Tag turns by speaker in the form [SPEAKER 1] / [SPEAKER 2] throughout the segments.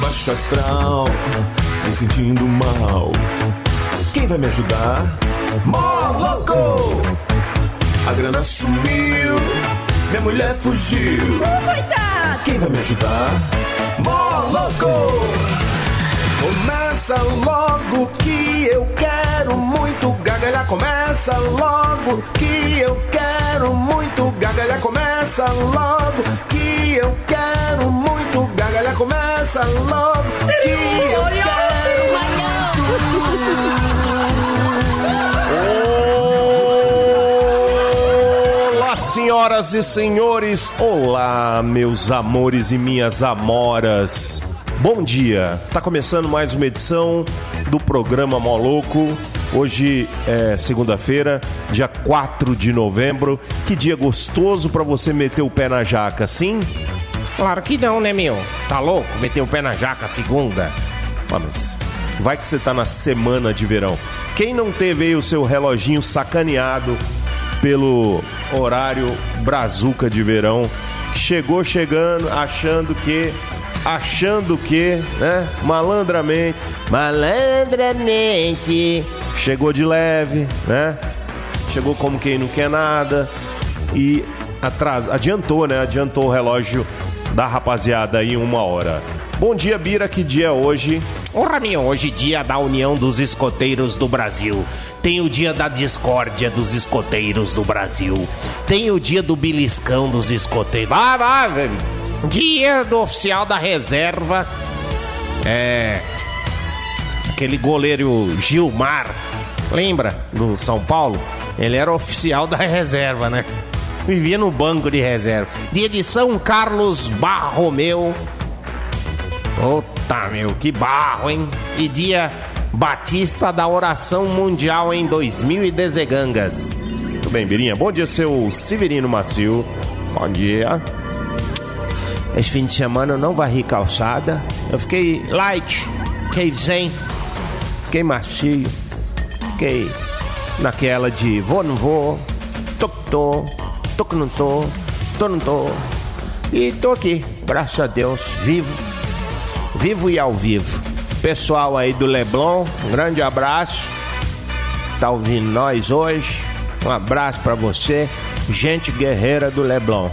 [SPEAKER 1] baixo astral, me sentindo mal. Quem vai me ajudar? Moloco! A grana sumiu, minha mulher fugiu.
[SPEAKER 2] Coitado!
[SPEAKER 1] Quem vai me ajudar? Moloco! Começa logo que eu quero muito gagalhar. Começa logo que eu quero muito gagalhar. Começa logo que eu quero muito gagalhar. Começa logo que eu quero
[SPEAKER 3] Olá, senhoras e senhores! Olá, meus amores e minhas amoras! Bom dia! Tá começando mais uma edição do programa Moloco. Hoje é segunda-feira, dia 4 de novembro. Que dia gostoso pra você meter o pé na jaca, sim? Claro que não, né, meu? Tá louco? Meter o pé na jaca segunda? Ah, mas vai que você tá na semana de verão. Quem não teve aí o seu reloginho sacaneado pelo horário brazuca de verão. Chegou chegando, achando que. Achando que, né? Malandramente. Malandramente. Chegou de leve, né? Chegou como quem não quer nada. E atrás, adiantou, né? Adiantou o relógio da rapaziada aí uma hora. Bom dia, Bira. Que dia é hoje? Ô Raminho, hoje dia da união dos escoteiros do Brasil. Tem o dia da discórdia dos escoteiros do Brasil. Tem o dia do beliscão dos escoteiros. Vai, vai, velho. Dia do oficial da reserva. É. Aquele goleiro Gilmar. Lembra? Do São Paulo? Ele era oficial da reserva, né? Vivia no banco de reserva. Dia de São Carlos Barromeu. Puta, meu, que barro, hein? E dia Batista da Oração Mundial em 2010. Tudo bem, Birinha? Bom dia, seu Severino Macio. Bom dia. Esse fim de semana eu não varri calçada. Eu fiquei light, fiquei zen, fiquei macio, fiquei naquela de vou, não vou, tô que tô, tô que não tô, tô não tô. E tô aqui, graças a Deus, vivo, vivo e ao vivo. Pessoal aí do Leblon, um grande abraço. Tá ouvindo nós hoje. Um abraço pra você, gente guerreira do Leblon.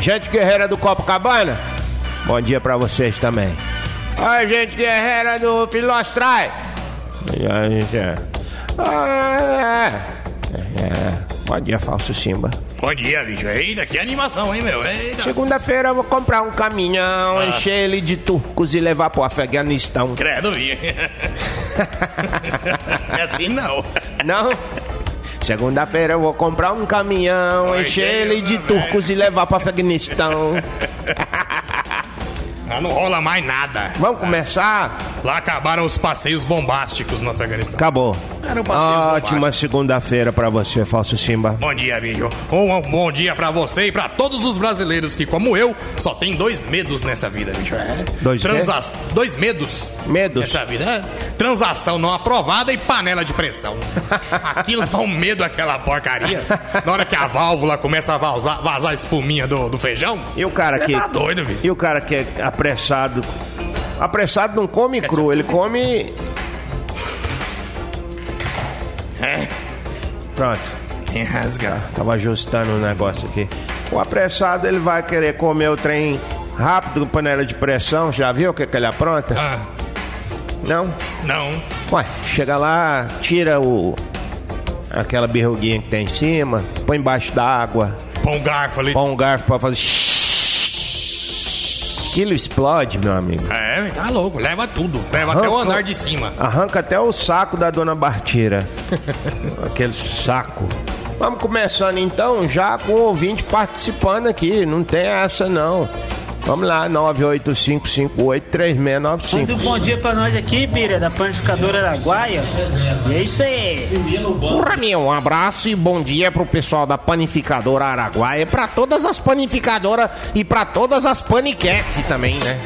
[SPEAKER 3] Gente guerreira do Copacabana, bom dia pra vocês também. Oi, gente guerreira do Filostrai. E aí, gente? Ah, é. É. Bom dia, Falso Simba.
[SPEAKER 4] Bom dia, bicho. Eita, que animação, hein, meu? Eita.
[SPEAKER 3] Segunda-feira eu vou comprar um caminhão,
[SPEAKER 4] Ah.
[SPEAKER 3] encher ele de turcos e levar pro Afeganistão.
[SPEAKER 4] Credo, vi. é assim não.
[SPEAKER 3] Não? Segunda-feira eu vou comprar um caminhão,
[SPEAKER 4] Oi,
[SPEAKER 3] encher
[SPEAKER 4] Deus,
[SPEAKER 3] ele de
[SPEAKER 4] velho.
[SPEAKER 3] turcos e levar para Afeganistão.
[SPEAKER 4] Ah, não rola mais nada.
[SPEAKER 3] Vamos começar?
[SPEAKER 4] Lá acabaram os passeios bombásticos no Afeganistão.
[SPEAKER 3] Acabou.
[SPEAKER 4] Era um passeio
[SPEAKER 3] Ótima
[SPEAKER 4] selvagem.
[SPEAKER 3] segunda-feira para você, Falso Simba.
[SPEAKER 4] Bom dia, bicho. Um, um bom dia pra você e pra todos os brasileiros que, como eu, só tem dois medos nessa vida, bicho. É.
[SPEAKER 3] Dois quê?
[SPEAKER 4] Transa- Dois medos.
[SPEAKER 3] Medos.
[SPEAKER 4] Nessa vida. É. Transação não aprovada e panela de pressão. Aquilo dá um medo aquela porcaria. Na hora que a válvula começa a vazar, vazar a espuminha do, do feijão.
[SPEAKER 3] E o cara
[SPEAKER 4] Você
[SPEAKER 3] que.
[SPEAKER 4] tá doido, bicho.
[SPEAKER 3] E o cara que é apressado. Apressado não come cru, ele come.
[SPEAKER 4] É.
[SPEAKER 3] Pronto.
[SPEAKER 4] Rasga.
[SPEAKER 3] Tava ajustando o negócio aqui. O apressado ele vai querer comer o trem rápido, panela de pressão. Já viu o que, que ele apronta?
[SPEAKER 4] Ah,
[SPEAKER 3] Não?
[SPEAKER 4] não.
[SPEAKER 3] Ué, chega lá, tira o. aquela berruguinha que tem em cima, põe embaixo da água,
[SPEAKER 4] Põe um garfo ali.
[SPEAKER 3] põe um garfo pra fazer. Aquilo explode, meu amigo.
[SPEAKER 4] É, tá louco. Leva tudo. Leva até o
[SPEAKER 3] Arranca-
[SPEAKER 4] andar de cima.
[SPEAKER 3] Arranca até o saco da dona Bartira. Aquele saco. Vamos começando então já com o ouvinte participando aqui. Não tem essa não. Vamos lá, 985583695.
[SPEAKER 5] Manda um bom dia pra nós aqui, Bira, da Panificadora Araguaia. E é isso aí.
[SPEAKER 3] Raminho, um abraço e bom dia pro pessoal da Panificadora É Araguaia, pra todas as panificadoras e pra todas as paniquetes também, né?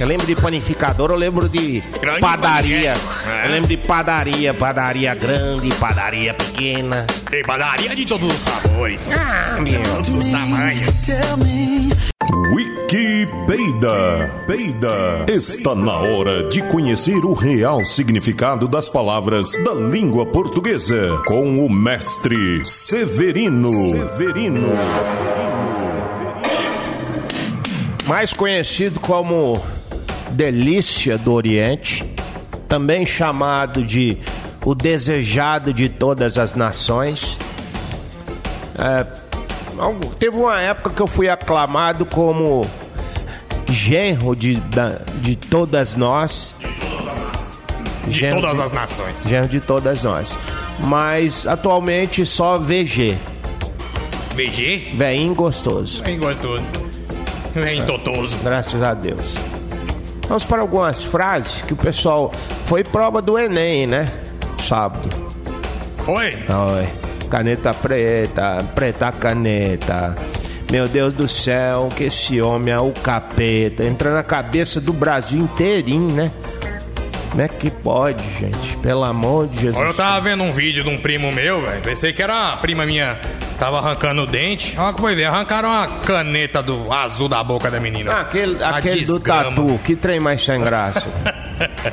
[SPEAKER 3] Eu lembro de panificador, eu lembro de
[SPEAKER 4] Grande
[SPEAKER 3] padaria.
[SPEAKER 4] mulher. É.
[SPEAKER 3] Eu lembro de padaria, padaria grande, padaria pequena.
[SPEAKER 4] Tem padaria de todos os sabores. Ah, meu. Todos os tamanhos.
[SPEAKER 2] Wiki Peida. Peida. Está na hora de conhecer o real significado das palavras da língua portuguesa com o mestre Severino. Severino.
[SPEAKER 3] mais conhecido como Delícia do Oriente, também chamado de o desejado de todas as nações. É, algo- teve uma época que eu fui aclamado como genro de, da- de todas nós.
[SPEAKER 4] De
[SPEAKER 3] Genro
[SPEAKER 4] todas as nações.
[SPEAKER 3] genro de todas nós. Mas atualmente só VG,
[SPEAKER 4] BG?
[SPEAKER 3] veinho gostoso.
[SPEAKER 4] Vem gostoso. Vem totoso.
[SPEAKER 3] Graças a Deus. Vamos para algumas frases que o pessoal. Foi prova do Enem, né? Sábado.
[SPEAKER 4] Foi?
[SPEAKER 3] Ai, Caneta preta, preta caneta. Meu Deus do céu, que esse homem é o capeta. Entra na cabeça do Brasil inteirinho, né? Como é que pode, gente? Pelo amor de Jesus.
[SPEAKER 4] Olha, eu tava vendo um vídeo de um primo meu, velho. Pensei que era a prima minha. Tava arrancando o dente. Olha que foi ver. Arrancaram a caneta do azul da boca da menina.
[SPEAKER 3] Ah, Aquele,
[SPEAKER 4] A
[SPEAKER 3] aquele do
[SPEAKER 4] desgrama.
[SPEAKER 3] tatu, que trem mais sem graça.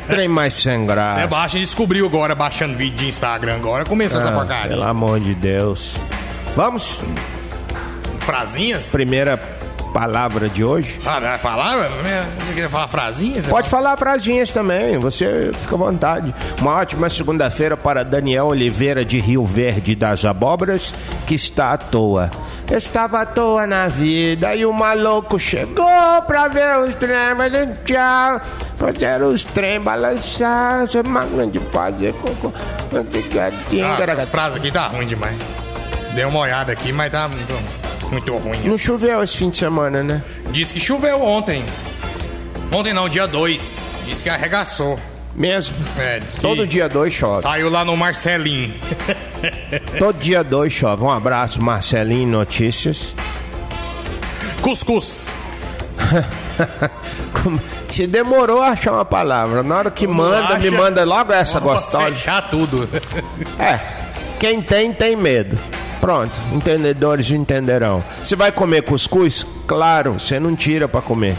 [SPEAKER 3] trem mais sem
[SPEAKER 4] é
[SPEAKER 3] graça.
[SPEAKER 4] Sebastião descobriu agora, baixando vídeo de Instagram agora. Começou essa
[SPEAKER 3] Ah,
[SPEAKER 4] porcaria.
[SPEAKER 3] pelo amor de Deus. Vamos
[SPEAKER 4] Frasinhas?
[SPEAKER 3] primeira palavra de hoje.
[SPEAKER 4] Ah, não é palavra? Você queria falar frasinhas?
[SPEAKER 3] Pode falar frasinhas também, você fica à vontade. Uma ótima segunda-feira para Daniel Oliveira de Rio Verde das Abóboras, que está à toa. Eu estava à toa na vida e o maluco chegou pra ver os trem balançar, fazer os trem balançar, ser máquina de fazer cocô.
[SPEAKER 4] Ah, essas frases aqui tá ruim demais. Dei uma olhada aqui, mas tá muito, muito ruim.
[SPEAKER 3] Não choveu esse fim de semana, né?
[SPEAKER 4] Diz que choveu ontem. Ontem não, dia 2. Diz que arregaçou.
[SPEAKER 3] Mesmo.
[SPEAKER 4] É, diz que
[SPEAKER 3] Todo dia dois chove.
[SPEAKER 4] Saiu lá no Marcelinho.
[SPEAKER 3] Todo dia dois chove. Um abraço, Marcelinho Notícias.
[SPEAKER 4] Cuscuz.
[SPEAKER 3] Como- Se demorou a achar uma palavra, na hora que manda,
[SPEAKER 4] acha? assim?
[SPEAKER 3] me manda logo essa
[SPEAKER 4] Vamos
[SPEAKER 3] gostosa.
[SPEAKER 4] Fechar tudo.
[SPEAKER 3] É, quem tem, tem medo. Pronto, entendedores entenderão. Você vai comer cuscuz? Claro, você não tira pra comer.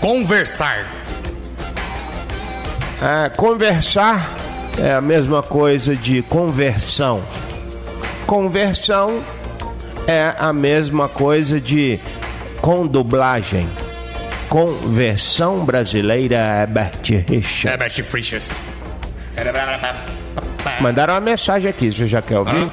[SPEAKER 4] Conversar.
[SPEAKER 3] É, conversar é a mesma coisa de conversão. Conversão é a mesma coisa de com dublagem. Conversão brasileira é Bert Richard.
[SPEAKER 4] É, Bert Frischers.
[SPEAKER 3] Mandaram uma mensagem aqui, você já quer ouvir?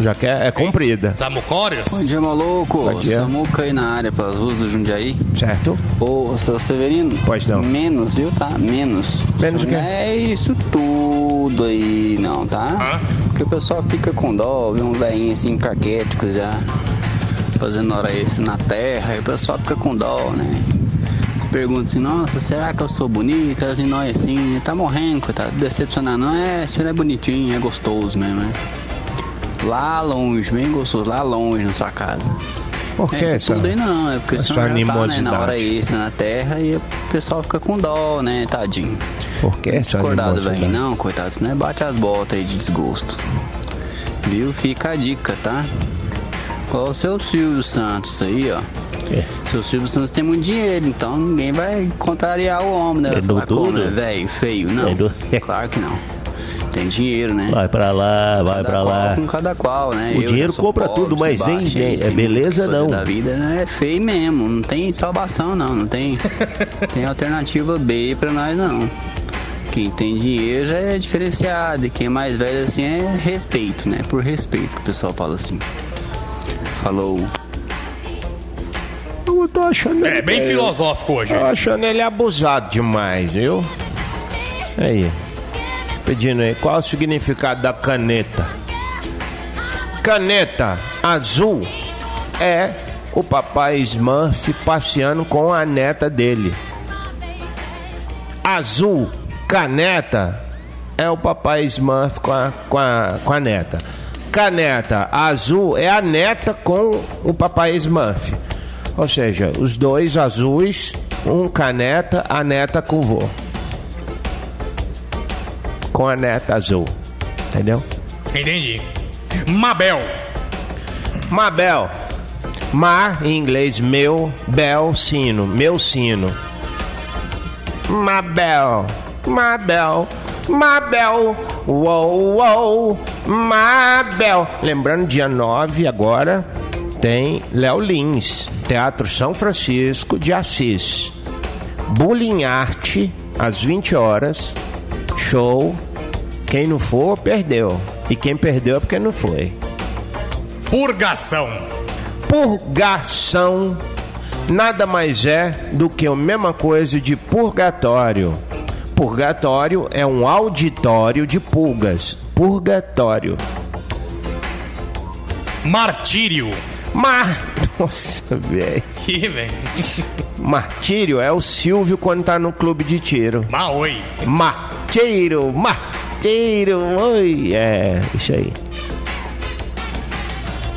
[SPEAKER 3] Já quer? É comprida,
[SPEAKER 4] Samucórios?
[SPEAKER 6] Bom dia, maluco.
[SPEAKER 3] Bom dia.
[SPEAKER 6] Samuca aí na área, pelas ruas do Jundiaí.
[SPEAKER 3] certo?
[SPEAKER 6] Ô, seu Severino.
[SPEAKER 3] Pois não.
[SPEAKER 6] Menos, viu, tá? Menos.
[SPEAKER 3] Menos o quê?
[SPEAKER 6] Não é isso tudo aí, não, tá?
[SPEAKER 4] Hã?
[SPEAKER 6] Porque o pessoal fica com dó, vê um velhinho assim, caquético já, fazendo hora extra na terra, e o pessoal fica com dó, né? Pergunta assim, nossa, será que eu sou bonita? Assim, nós assim, tá morrendo, coitado. Decepcionar não é, o senhor é bonitinho, é gostoso mesmo, né? Lá longe, bem gostoso, lá longe na sua casa.
[SPEAKER 3] Por que
[SPEAKER 6] É, isso
[SPEAKER 3] essa?
[SPEAKER 6] tudo aí não, é porque o
[SPEAKER 3] essa
[SPEAKER 6] senhor já tá né,
[SPEAKER 3] animosidade?
[SPEAKER 6] na hora extra na terra e o pessoal fica com dó, né, tadinho.
[SPEAKER 3] Por que essa
[SPEAKER 6] Acordado, velho.
[SPEAKER 3] animosidade?
[SPEAKER 6] Não, coitado, senão é bate as botas aí de desgosto. Viu? Fica a dica, tá? Qual o seu Silvio Santos aí, ó?
[SPEAKER 3] É.
[SPEAKER 6] Seu Silvio Santos tem muito dinheiro, então ninguém vai contrariar o homem, né? Vai
[SPEAKER 3] É
[SPEAKER 6] falar
[SPEAKER 3] doutor,
[SPEAKER 6] como, né,
[SPEAKER 3] né?
[SPEAKER 6] velho, feio, não.
[SPEAKER 3] É do-
[SPEAKER 6] Claro que não. Tem dinheiro, né?
[SPEAKER 7] Vai pra lá, vai
[SPEAKER 6] Cada
[SPEAKER 7] pra
[SPEAKER 6] qual
[SPEAKER 7] lá.
[SPEAKER 6] Com cada qual, né?
[SPEAKER 7] O
[SPEAKER 6] já
[SPEAKER 7] dinheiro
[SPEAKER 6] sou
[SPEAKER 7] compra tudo, mas
[SPEAKER 6] sou
[SPEAKER 7] nem-
[SPEAKER 6] baixo,
[SPEAKER 7] nem-
[SPEAKER 6] esse
[SPEAKER 7] é beleza,
[SPEAKER 6] mundo que fazer
[SPEAKER 7] não.
[SPEAKER 6] Da vida né, é feio mesmo, não tem salvação não, não tem, tem alternativa B pra nós não. Quem tem dinheiro já é diferenciado, e quem é mais velho assim é respeito, né? Por respeito que o pessoal fala assim. Falou.
[SPEAKER 3] Eu tô achando ele,
[SPEAKER 4] É, Ah. bem filosófico hoje.
[SPEAKER 3] tô achando ele abusado demais, viu? Aí, pedindo aí, qual o significado da caneta? Caneta azul é o papai Smurf passeando com a neta dele. azul, caneta, é o papai Smurf com a, com a, com a neta. Caneta azul é a neta com o papai Smurf. Ou seja, os dois azuis Um com a neta, a neta com o vô. Com a neta azul. Entendeu?
[SPEAKER 4] Entendi. Mabel.
[SPEAKER 3] Mabel. Mar, em inglês, meu, bel, sino. Meu sino. Mabel. Mabel. Mabel. Uou, uou. Mabel. Lembrando, dia 9 agora tem Léo Lins, Teatro São Francisco de Assis. Bullying Arte, às 20 horas. Show. Quem não for, perdeu. E quem perdeu é porque não foi
[SPEAKER 4] Purgação.
[SPEAKER 3] purgação nada mais é do que a mesma coisa de purgatório. Purgatório é um auditório de pulgas. Purgatório.
[SPEAKER 4] Martírio.
[SPEAKER 3] Mar. Nossa, velho.
[SPEAKER 4] Ih, velho.
[SPEAKER 3] Martírio é o Silvio quando tá no clube de tiro.
[SPEAKER 4] Maoi.
[SPEAKER 3] Martírio, Martírio, oi. É, isso aí.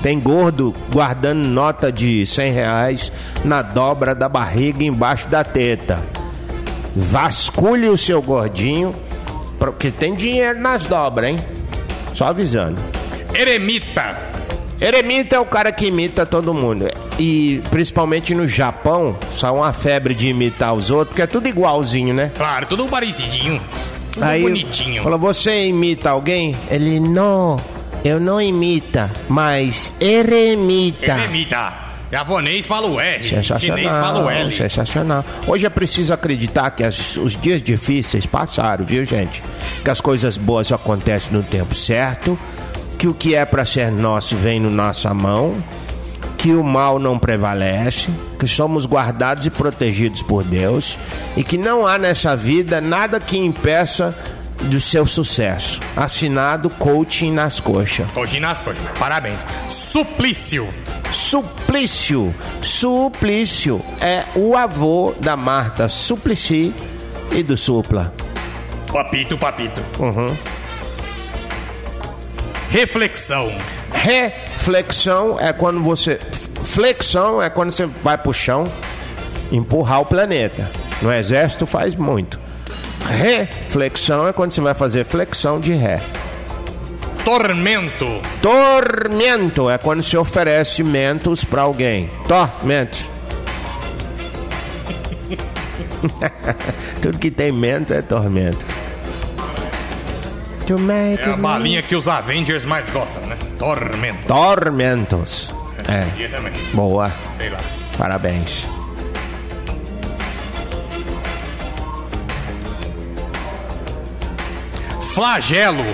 [SPEAKER 3] Tem gordo guardando nota de 100 reais na dobra da barriga embaixo da teta. Vasculhe o seu gordinho, porque tem dinheiro nas dobras, hein? Só avisando.
[SPEAKER 4] Eremita.
[SPEAKER 3] Eremita é o cara que imita todo mundo. E principalmente no Japão, só uma febre de imitar os outros, porque é tudo igualzinho, né?
[SPEAKER 4] Claro, tudo parecidinho. Tudo
[SPEAKER 3] Aí
[SPEAKER 4] bonitinho.
[SPEAKER 3] Falou, você imita alguém? Ele, não, eu não imita, mas
[SPEAKER 4] "Tá."
[SPEAKER 3] eremita.
[SPEAKER 4] Eremita. Japonês fala o R. Chinês fala o
[SPEAKER 3] Sensacional,
[SPEAKER 4] L.
[SPEAKER 3] sensacional. Hoje é preciso acreditar que as- os dias difíceis passaram, viu, gente? Que as coisas boas acontecem no tempo certo, que o que é pra ser nosso vem no nossa mão, que o mal não prevalece, que somos guardados e protegidos por Deus e que não há nessa vida nada que impeça do seu sucesso. Assinado Coaching nas coxas.
[SPEAKER 4] Hoje nas coisas. Parabéns. Suplício.
[SPEAKER 3] Suplício. Suplício é o avô da Marta Suplicy e do Supla.
[SPEAKER 4] Papito, papito. Reflexão.
[SPEAKER 3] Reflexão é quando você. Flexão é quando você vai pro chão empurrar o planeta. No exército faz muito. Reflexão é quando você vai fazer flexão de ré.
[SPEAKER 4] Tormento.
[SPEAKER 3] Tormento é quando se oferece mentos pra alguém. Tormento. Tudo que tem mento é tormento.
[SPEAKER 4] É a balinha que os Avengers mais gostam, né? Tormento.
[SPEAKER 3] Tormentos. É.
[SPEAKER 4] E também.
[SPEAKER 3] Boa.
[SPEAKER 4] Sei lá.
[SPEAKER 3] Parabéns.
[SPEAKER 4] Flagelo.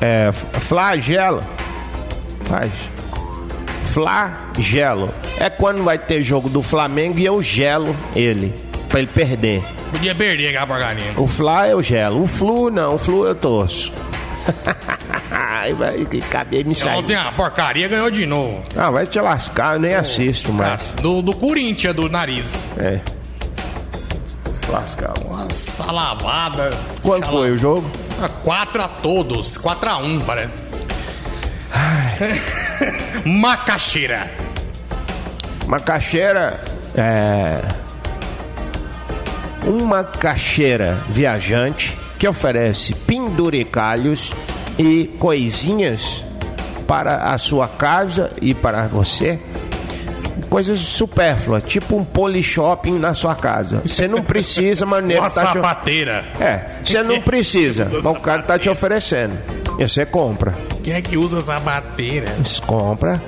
[SPEAKER 3] É, f- flagelo. Faz. Flagelo. É quando vai ter jogo do Flamengo e eu gelo ele. Pra ele perder.
[SPEAKER 4] Podia perder aquela porcaria.
[SPEAKER 3] O Fla eu gelo. O Flu não, o Flu eu torço. Ai, vai, que acabei me saindo.
[SPEAKER 4] Ontem a porcaria ganhou de novo.
[SPEAKER 3] Ah, vai te lascar, eu nem assisto mais.
[SPEAKER 4] Do, do Corinthians, do nariz.
[SPEAKER 3] É. Lascar.
[SPEAKER 4] Nossa, lavada.
[SPEAKER 3] Quanto foi o jogo?
[SPEAKER 4] 4 a todos. 4 a 1 parece. Macaxeira.
[SPEAKER 3] Macaxeira. É. Uma caixeira viajante que oferece penduricalhos e coisinhas para a sua casa e para você. Coisas supérfluas, tipo um polishopping na sua casa. Você não precisa, mas o nego
[SPEAKER 4] Uma
[SPEAKER 3] tá te-
[SPEAKER 4] sapateira.
[SPEAKER 3] É, você não precisa, mas o cara tá te oferecendo. E você compra.
[SPEAKER 4] Quem é que usa sapateira?
[SPEAKER 3] Descompra.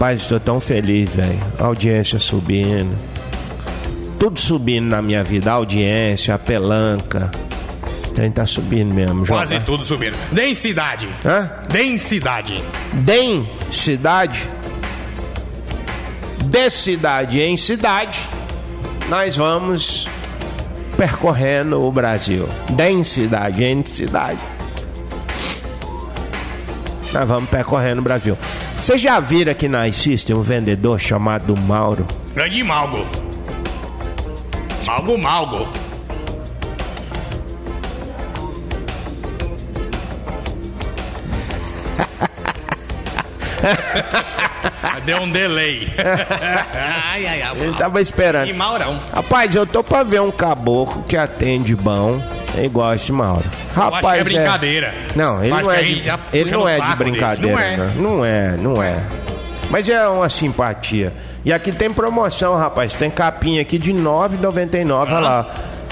[SPEAKER 3] Pai, estou tão feliz, velho. Audiência subindo. Tudo subindo na minha vida. A audiência, a pelanca. O trem tá subindo mesmo.
[SPEAKER 4] Quase
[SPEAKER 3] Joga.
[SPEAKER 4] tudo subindo. Densidade.
[SPEAKER 3] Hã?
[SPEAKER 4] Densidade.
[SPEAKER 3] densidade. De cidade em cidade, nós vamos percorrendo o Brasil. Densidade em cidade. Nós vamos percorrendo o Brasil. Vocês já viram aqui na System um vendedor chamado Mauro?
[SPEAKER 4] Grande Malgo. Malgo Malgo. Deu um delay. tá ai, ai, ai.
[SPEAKER 3] Ele tava
[SPEAKER 4] E
[SPEAKER 3] esperando.
[SPEAKER 4] Maurão.
[SPEAKER 3] Rapaz, eu tô pra ver um caboclo que atende bom é e gosta de Mauro.
[SPEAKER 4] Eu acho que
[SPEAKER 3] Rapaz,
[SPEAKER 4] é brincadeira.
[SPEAKER 3] Não, ele
[SPEAKER 4] Eu acho
[SPEAKER 3] não
[SPEAKER 4] que
[SPEAKER 3] é,
[SPEAKER 4] aí
[SPEAKER 3] de,
[SPEAKER 4] já
[SPEAKER 3] ele
[SPEAKER 4] puxa
[SPEAKER 3] não
[SPEAKER 4] no
[SPEAKER 3] é de
[SPEAKER 4] saco dele.
[SPEAKER 3] brincadeira.
[SPEAKER 4] Não é.
[SPEAKER 3] né? Não é, não é. Mas é uma simpatia. E aqui tem promoção, rapaz. Tem capinha aqui de R$ 9,99. Olha lá.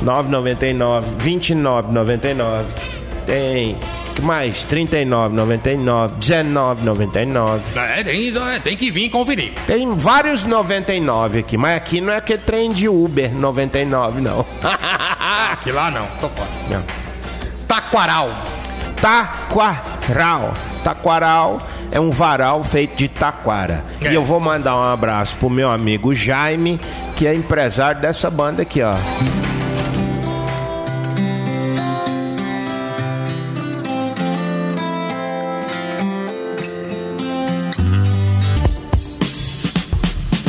[SPEAKER 3] R$ 9,99. R$ 29,99. Tem. que mais? R$ 39,99. R$ 19,99.
[SPEAKER 4] É, tem, é, tem que vir conferir.
[SPEAKER 3] Tem vários 99 aqui, mas aqui não é aquele trem de Uber 99, não.
[SPEAKER 4] Que lá não. Tô fora.
[SPEAKER 3] não.
[SPEAKER 4] Taquaral.
[SPEAKER 3] Taquaral. Taquaral é um varal feito de taquara.
[SPEAKER 4] É.
[SPEAKER 3] E eu vou mandar um abraço pro meu amigo Jaime, que é empresário dessa banda aqui, ó.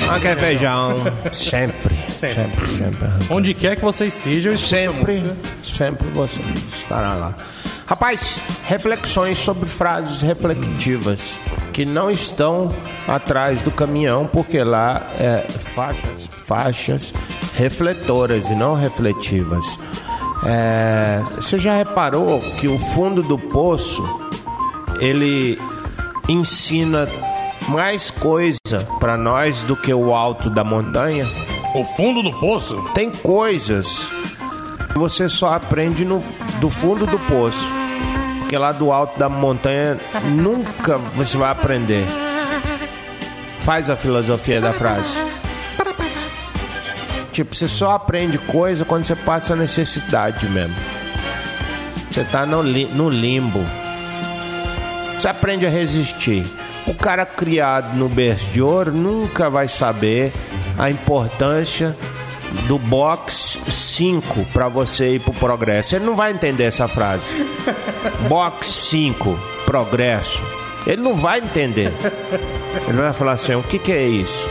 [SPEAKER 3] Ah, que é feijão. Sempre. Sempre, sempre.
[SPEAKER 7] Onde quer que você esteja, eu escuto essa
[SPEAKER 3] Sempre,
[SPEAKER 7] música.
[SPEAKER 3] sempre você estará lá. Rapaz, reflexões sobre frases reflexivas que não estão atrás do caminhão, porque lá é faixas, faixas refletoras e não refletivas. É, você já reparou que o fundo do poço ele ensina mais coisa para nós do que o alto da montanha?
[SPEAKER 4] O fundo do poço.
[SPEAKER 3] Tem coisas que você só aprende no, do fundo do poço. Porque lá do alto da montanha nunca você vai aprender. Faz a filosofia da frase. Tipo, você só aprende coisa quando você passa a necessidade mesmo. Você tá no, li- no limbo. Você aprende a resistir. O cara criado no berço de ouro nunca vai saber a importância do box 5 para você ir pro progresso. Ele não vai entender essa frase. Box 5, progresso. Ele não vai entender. Ele vai falar assim: o que, que é isso?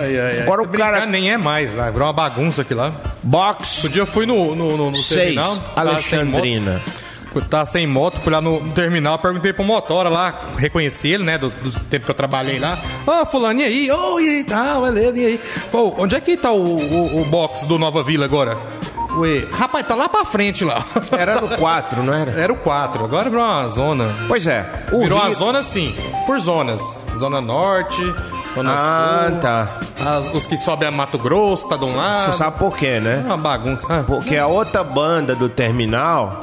[SPEAKER 7] Ai, ai, ai.
[SPEAKER 3] Agora
[SPEAKER 4] Se
[SPEAKER 3] o
[SPEAKER 4] brincar,
[SPEAKER 3] cara.
[SPEAKER 4] nem é mais lá. Virou uma bagunça aqui lá.
[SPEAKER 3] Box
[SPEAKER 7] Um dia eu fui no, no, no, no
[SPEAKER 3] 6,
[SPEAKER 7] terminal. tava sem moto,
[SPEAKER 3] Alexandrina.
[SPEAKER 4] Eu tava sem moto, fui lá no terminal, perguntei pro motora lá, reconheci ele, né, do, do tempo que eu trabalhei lá. Ô, fulano, e aí? Ô, e aí? Tá, beleza, e aí? Pô, onde é que tá o, o, o box do Nova Vila agora? Ué, rapaz, tá lá pra frente lá.
[SPEAKER 3] Era no 4, não era?
[SPEAKER 4] Era o 4, agora virou uma zona.
[SPEAKER 3] Pois é. o
[SPEAKER 4] virou
[SPEAKER 3] Rio-
[SPEAKER 4] uma zona, sim, por zonas. Zona Norte, Zona
[SPEAKER 3] Ah,
[SPEAKER 4] Sul.
[SPEAKER 3] tá.
[SPEAKER 4] as- os que sobem a Mato Grosso, tá de um lado.
[SPEAKER 3] Você sabe por quê, né?
[SPEAKER 4] É uma bagunça. Ah,
[SPEAKER 3] Porque a outra banda do terminal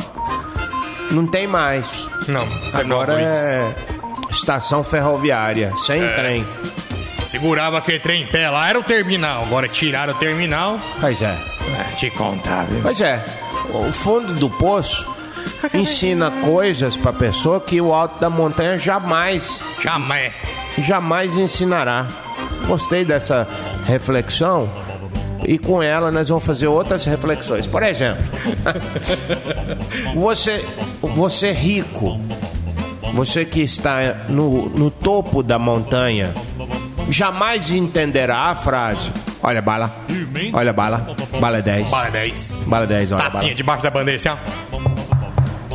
[SPEAKER 3] não tem mais.
[SPEAKER 4] Não,
[SPEAKER 3] Agora
[SPEAKER 4] Luiz.
[SPEAKER 3] é estação ferroviária, sem trem.
[SPEAKER 4] Segurava aquele trem em pé lá, era o terminal. Agora tiraram o terminal.
[SPEAKER 3] Pois é.
[SPEAKER 4] Ah, te contar, viu?
[SPEAKER 3] Pois é. O fundo do poço ensina coisas pra pessoa que o alto da montanha jamais,
[SPEAKER 4] Jamais.
[SPEAKER 3] jamais ensinará. Gostei dessa reflexão. E com ela nós vamos fazer outras reflexões. Por exemplo, você, você rico, Você que está no, no topo da montanha jamais entenderá a frase. Olha a bala. Olha a bala. Bala é 10.
[SPEAKER 4] Bala 10.
[SPEAKER 3] Bala é 10, olha a bala.
[SPEAKER 4] Tapinha debaixo da bandeira assim, ó.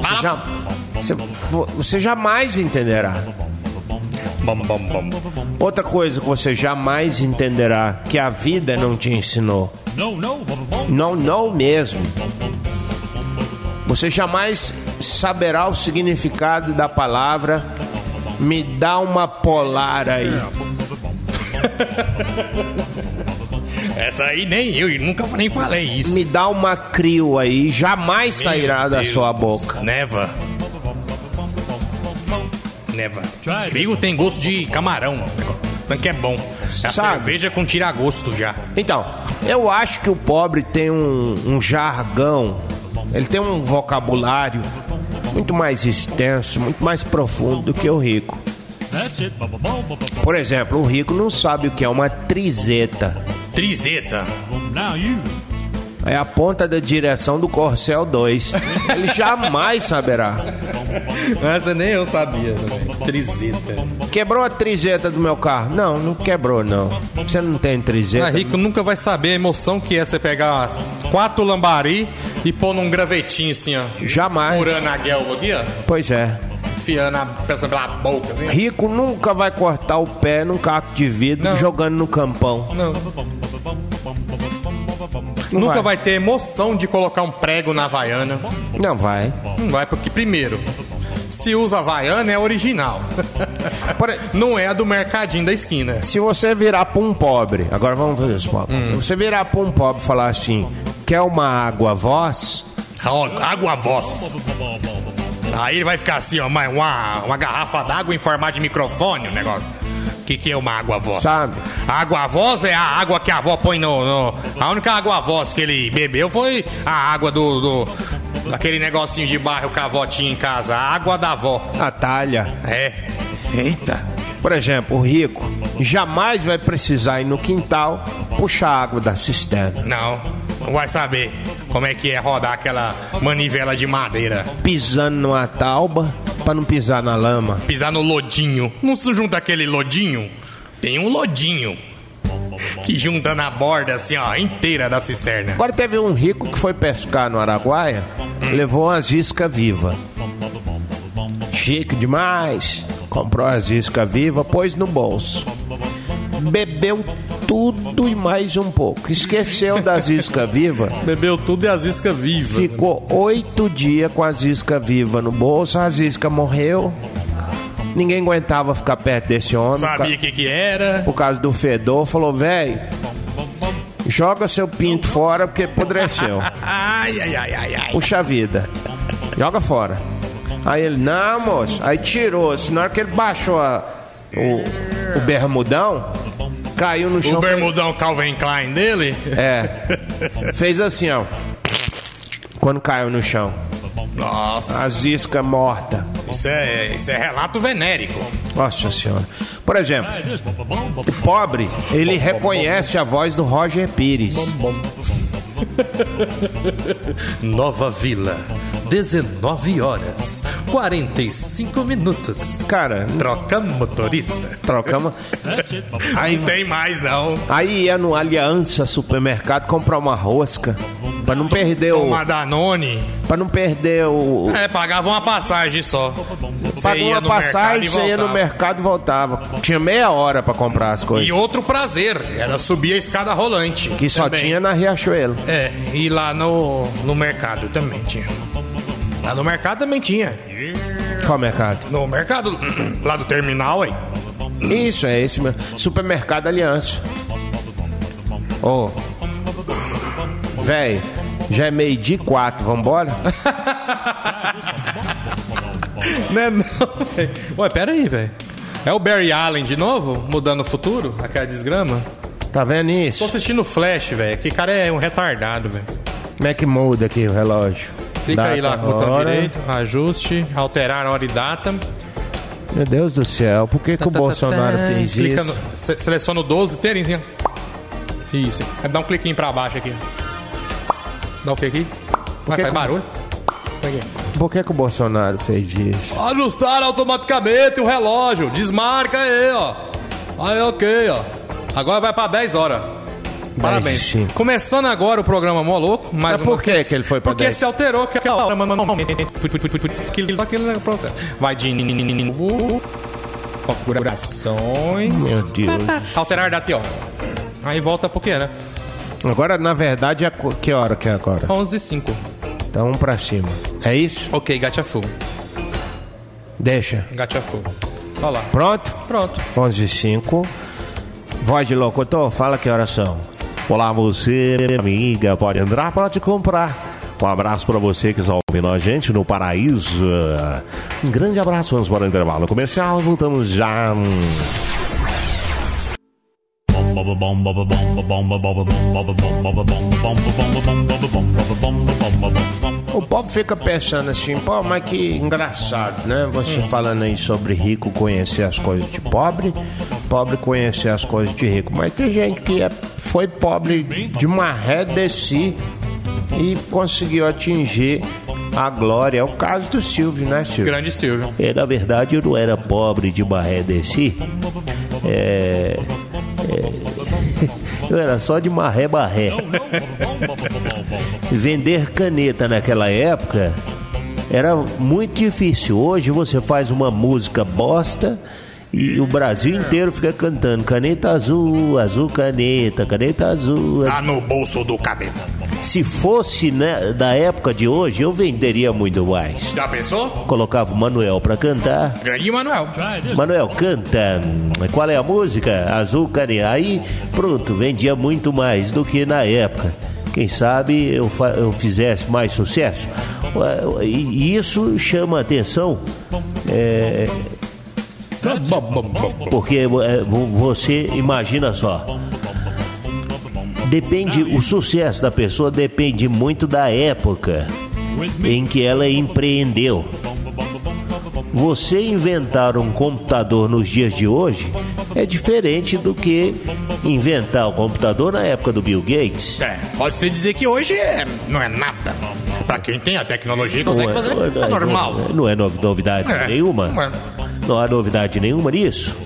[SPEAKER 3] Você, já- você- vo- você jamais entenderá.
[SPEAKER 4] Bom, bom, bom.
[SPEAKER 3] Outra coisa que você jamais entenderá que a vida não te ensinou. Não, não mesmo. Você jamais saberá o significado da palavra. Me dá uma polar aí.
[SPEAKER 4] Ah, Essa aí nem eu, eu nunca nem falei isso.
[SPEAKER 3] Me dá uma crio aí, jamais sairá da
[SPEAKER 4] Deus.
[SPEAKER 3] sua boca.
[SPEAKER 4] Neva. Neva. Crigo tem gosto de camarão. Tanto que é bom. É a
[SPEAKER 3] Sabe?
[SPEAKER 4] cerveja com tiragosto já.
[SPEAKER 3] Então, eu acho que o pobre tem um, um jargão, ele tem um vocabulário muito mais extenso, muito mais profundo do que o rico. Por exemplo, o rico não sabe o que é uma trizeta.
[SPEAKER 4] Trizeta.
[SPEAKER 3] É a ponta da direção do Corcel 2. Ele jamais saberá.
[SPEAKER 4] Essa nem eu sabia. Trizeta.
[SPEAKER 3] Quebrou a trizeta do meu carro? Não, não quebrou, não. Você não tem
[SPEAKER 4] Ah,
[SPEAKER 3] trizeta?
[SPEAKER 4] rico nunca vai saber a emoção que é você pegar quatro lambari e pôr num gravetinho assim, ó.
[SPEAKER 3] Jamais.
[SPEAKER 4] Furando a guelva aqui, ó.
[SPEAKER 3] Pois é.
[SPEAKER 4] enfiando a peça pela boca, assim.
[SPEAKER 3] Rico nunca vai cortar o pé num caco de vidro
[SPEAKER 4] Não.
[SPEAKER 3] jogando no campão.
[SPEAKER 4] Não. Nunca vai. ter emoção de colocar um prego na Havaiana.
[SPEAKER 3] Não vai.
[SPEAKER 4] Não vai, porque primeiro, se usa Havaiana é a original. Não é a do mercadinho da esquina.
[SPEAKER 3] Se você virar pra um pobre, agora vamos fazer isso,
[SPEAKER 4] Hum.
[SPEAKER 3] pobre. Se você virar pra um pobre e falar assim, quer uma água voz?
[SPEAKER 4] Ó, água voz. Aí ele vai ficar assim, ó, mas uma, uma garrafa d'água em formato de microfone, o negócio. O que, que é uma água voz?
[SPEAKER 3] Sabe?
[SPEAKER 4] A água voz é a água que a avó põe no, no- A única água voz que ele bebeu foi a água do. do- daquele negocinho de barro que a avó tinha em casa. A água da avó.
[SPEAKER 3] A talha.
[SPEAKER 4] É. Eita.
[SPEAKER 3] Por exemplo, o rico jamais vai precisar ir no quintal puxar água da cisterna.
[SPEAKER 4] Não, não vai saber como é que é rodar aquela manivela de madeira.
[SPEAKER 3] Pisando numa tauba pra não pisar na lama.
[SPEAKER 4] pisar no lodinho. Não se junta aquele lodinho? Tem um lodinho. Que junta na borda, assim, ó, inteira da cisterna.
[SPEAKER 3] Agora teve um rico que foi pescar no Araguaia, levou umas iscas viva. Chique demais. Comprou as iscas viva, pôs no bolso. Bebeu tudo e mais um pouco. Esqueceu das iscas viva.
[SPEAKER 7] Bebeu tudo é e as iscas vivas.
[SPEAKER 3] Ficou oito dias com as iscas viva no bolso. As iscas morreu. Ninguém aguentava ficar perto desse homem.
[SPEAKER 4] Sabia o que que era?
[SPEAKER 3] Por causa do fedor, falou, velho, joga seu pinto fora porque apodreceu.
[SPEAKER 4] Ai, ai, ai, ai, ai.
[SPEAKER 3] Puxa vida. Joga fora. Aí ele, não, moço. Aí tirou. assim, Na hora que ele baixou a- o, o bermudão, caiu no
[SPEAKER 4] O
[SPEAKER 3] chão.
[SPEAKER 4] bermudão Calvin Klein dele?
[SPEAKER 3] É. Fez assim, ó. Quando caiu no chão.
[SPEAKER 4] Nossa,
[SPEAKER 3] As iscas mortas.
[SPEAKER 4] isso é, isso é relato venérico.
[SPEAKER 3] Nossa senhora. Por exemplo, o pobre, ele reconhece a voz do Roger Pires.
[SPEAKER 7] Nova Vila, 19 horas, 45 minutos.
[SPEAKER 3] Cara,
[SPEAKER 7] Troca motorista.
[SPEAKER 3] trocamos. Aí
[SPEAKER 4] Não tem mais, não.
[SPEAKER 3] Aí ia no Aliança Supermercado comprar uma rosca pra não perder o
[SPEAKER 4] Uma Danone.
[SPEAKER 3] para não perder o
[SPEAKER 4] É, pagava uma passagem só. Você
[SPEAKER 3] pagou
[SPEAKER 4] ia
[SPEAKER 3] uma
[SPEAKER 4] no mercado
[SPEAKER 3] passagem,
[SPEAKER 4] e
[SPEAKER 3] você ia no
[SPEAKER 4] voltava.
[SPEAKER 3] mercado e voltava. Tinha meia hora pra comprar as
[SPEAKER 4] E
[SPEAKER 3] coisas
[SPEAKER 4] outro prazer era subir a escada rolante.
[SPEAKER 3] que só
[SPEAKER 4] Também.
[SPEAKER 3] tinha na Riachuelo.
[SPEAKER 4] É, e lá no, no mercado também tinha. Lá no mercado também tinha.
[SPEAKER 3] Qual mercado?
[SPEAKER 4] No mercado, lá do terminal, hein?
[SPEAKER 3] Isso é esse mesmo. Supermercado Aliança. Ô. Véi, já é meio dia e quatro, vambora?
[SPEAKER 4] Né, não.
[SPEAKER 7] Ué, pera aí, velho. É o Barry Allen de novo? Mudando o futuro? Aquela desgrama?
[SPEAKER 3] Tá vendo
[SPEAKER 7] Tô
[SPEAKER 3] isso?
[SPEAKER 7] assistindo Flash, velho. Que cara é um retardado, velho.
[SPEAKER 3] Como é que muda aqui o relógio?
[SPEAKER 7] Clica aí lá
[SPEAKER 3] Data,
[SPEAKER 7] com o botão
[SPEAKER 3] hora.
[SPEAKER 7] direito, ajuste, alterar hora e data.
[SPEAKER 3] Meu Deus do céu, por que, que o
[SPEAKER 7] Tá, tá,
[SPEAKER 3] Bolsonaro
[SPEAKER 7] tá, tá.
[SPEAKER 3] fez
[SPEAKER 7] Clica
[SPEAKER 3] isso?
[SPEAKER 7] no- se- seleciona o 12 inteirinho. assim, ó. Isso. Aí Dá um cliquinho pra baixo aqui. Dá o que aqui? Vai,
[SPEAKER 3] que
[SPEAKER 7] faz
[SPEAKER 3] que-
[SPEAKER 7] barulho.
[SPEAKER 3] Por que, que o Bolsonaro fez isso?
[SPEAKER 7] Ajustar automaticamente o relógio. Desmarca aí, ó. Aí, ok, ó. Agora vai pra 10 horas. Parabéns.
[SPEAKER 3] sim.
[SPEAKER 7] Começando agora o programa Moloco. Mais
[SPEAKER 3] Mas
[SPEAKER 7] uma
[SPEAKER 3] por que, que ele foi pra
[SPEAKER 7] Porque
[SPEAKER 3] 10?
[SPEAKER 7] se alterou que aquela hora, mano, mano, aquele aquele processo. Vai de novo. configurações.
[SPEAKER 3] Meu Deus.
[SPEAKER 7] Alterar data, e ó. Aí volta pro né? que era?
[SPEAKER 3] Agora, na verdade, é co- que hora que é agora?
[SPEAKER 7] 11 e 5.
[SPEAKER 3] Então, um pra cima. É isso?
[SPEAKER 7] Ok, gatiafu.
[SPEAKER 3] Deixa.
[SPEAKER 7] Gatiafu. Olha lá.
[SPEAKER 3] Pronto?
[SPEAKER 7] Pronto.
[SPEAKER 3] 11 e 5. Voz de locutor, fala que horas são. Olá, você, minha amiga. Pode entrar, pode comprar. Um abraço pra você que está ouvindo a gente no Paraíso. Um grande abraço. Vamos para o intervalo comercial. Voltamos já. O povo fica pensando assim, pô, mas que engraçado, né? Você falando aí sobre rico conhecer as coisas de pobre, pobre conhecer as coisas de rico. Mas tem gente que é- foi pobre de maré de si e conseguiu atingir a glória. É o caso do Silvio, né, Silvio?
[SPEAKER 7] Grande Silvio.
[SPEAKER 8] É, na verdade, eu não era pobre de Maré de Si. É, é, eu era só de Maré Maré. Vender caneta naquela época
[SPEAKER 3] Era muito difícil. Hoje você faz uma música bosta e o Brasil inteiro fica cantando caneta azul, azul caneta, caneta azul.
[SPEAKER 4] Tá no bolso do cabelo.
[SPEAKER 3] Se fosse né, da época de hoje, eu venderia muito mais.
[SPEAKER 4] Já pensou?
[SPEAKER 3] Colocava o Manuel pra cantar.
[SPEAKER 4] Grande Manuel.
[SPEAKER 3] Manuel, canta. Qual é a música? Azul Cane. Aí, pronto, vendia muito mais do que na época. Quem sabe eu, fa- eu fizesse mais sucesso. Ué, E isso chama atenção, é, porque é, vo- você imagina só. Depende, o sucesso da pessoa depende muito da época em que ela empreendeu. Você inventar um computador nos dias de hoje é diferente do que inventar o computador na época do Bill Gates.
[SPEAKER 4] É, pode se dizer que hoje é- não é nada. Pra quem tem a tecnologia
[SPEAKER 3] Não
[SPEAKER 4] consegue fazer,
[SPEAKER 3] não
[SPEAKER 4] é normal.
[SPEAKER 3] Não é novi- novidade
[SPEAKER 4] É,
[SPEAKER 3] nenhuma.
[SPEAKER 4] não é.
[SPEAKER 3] Não há novidade nenhuma nisso.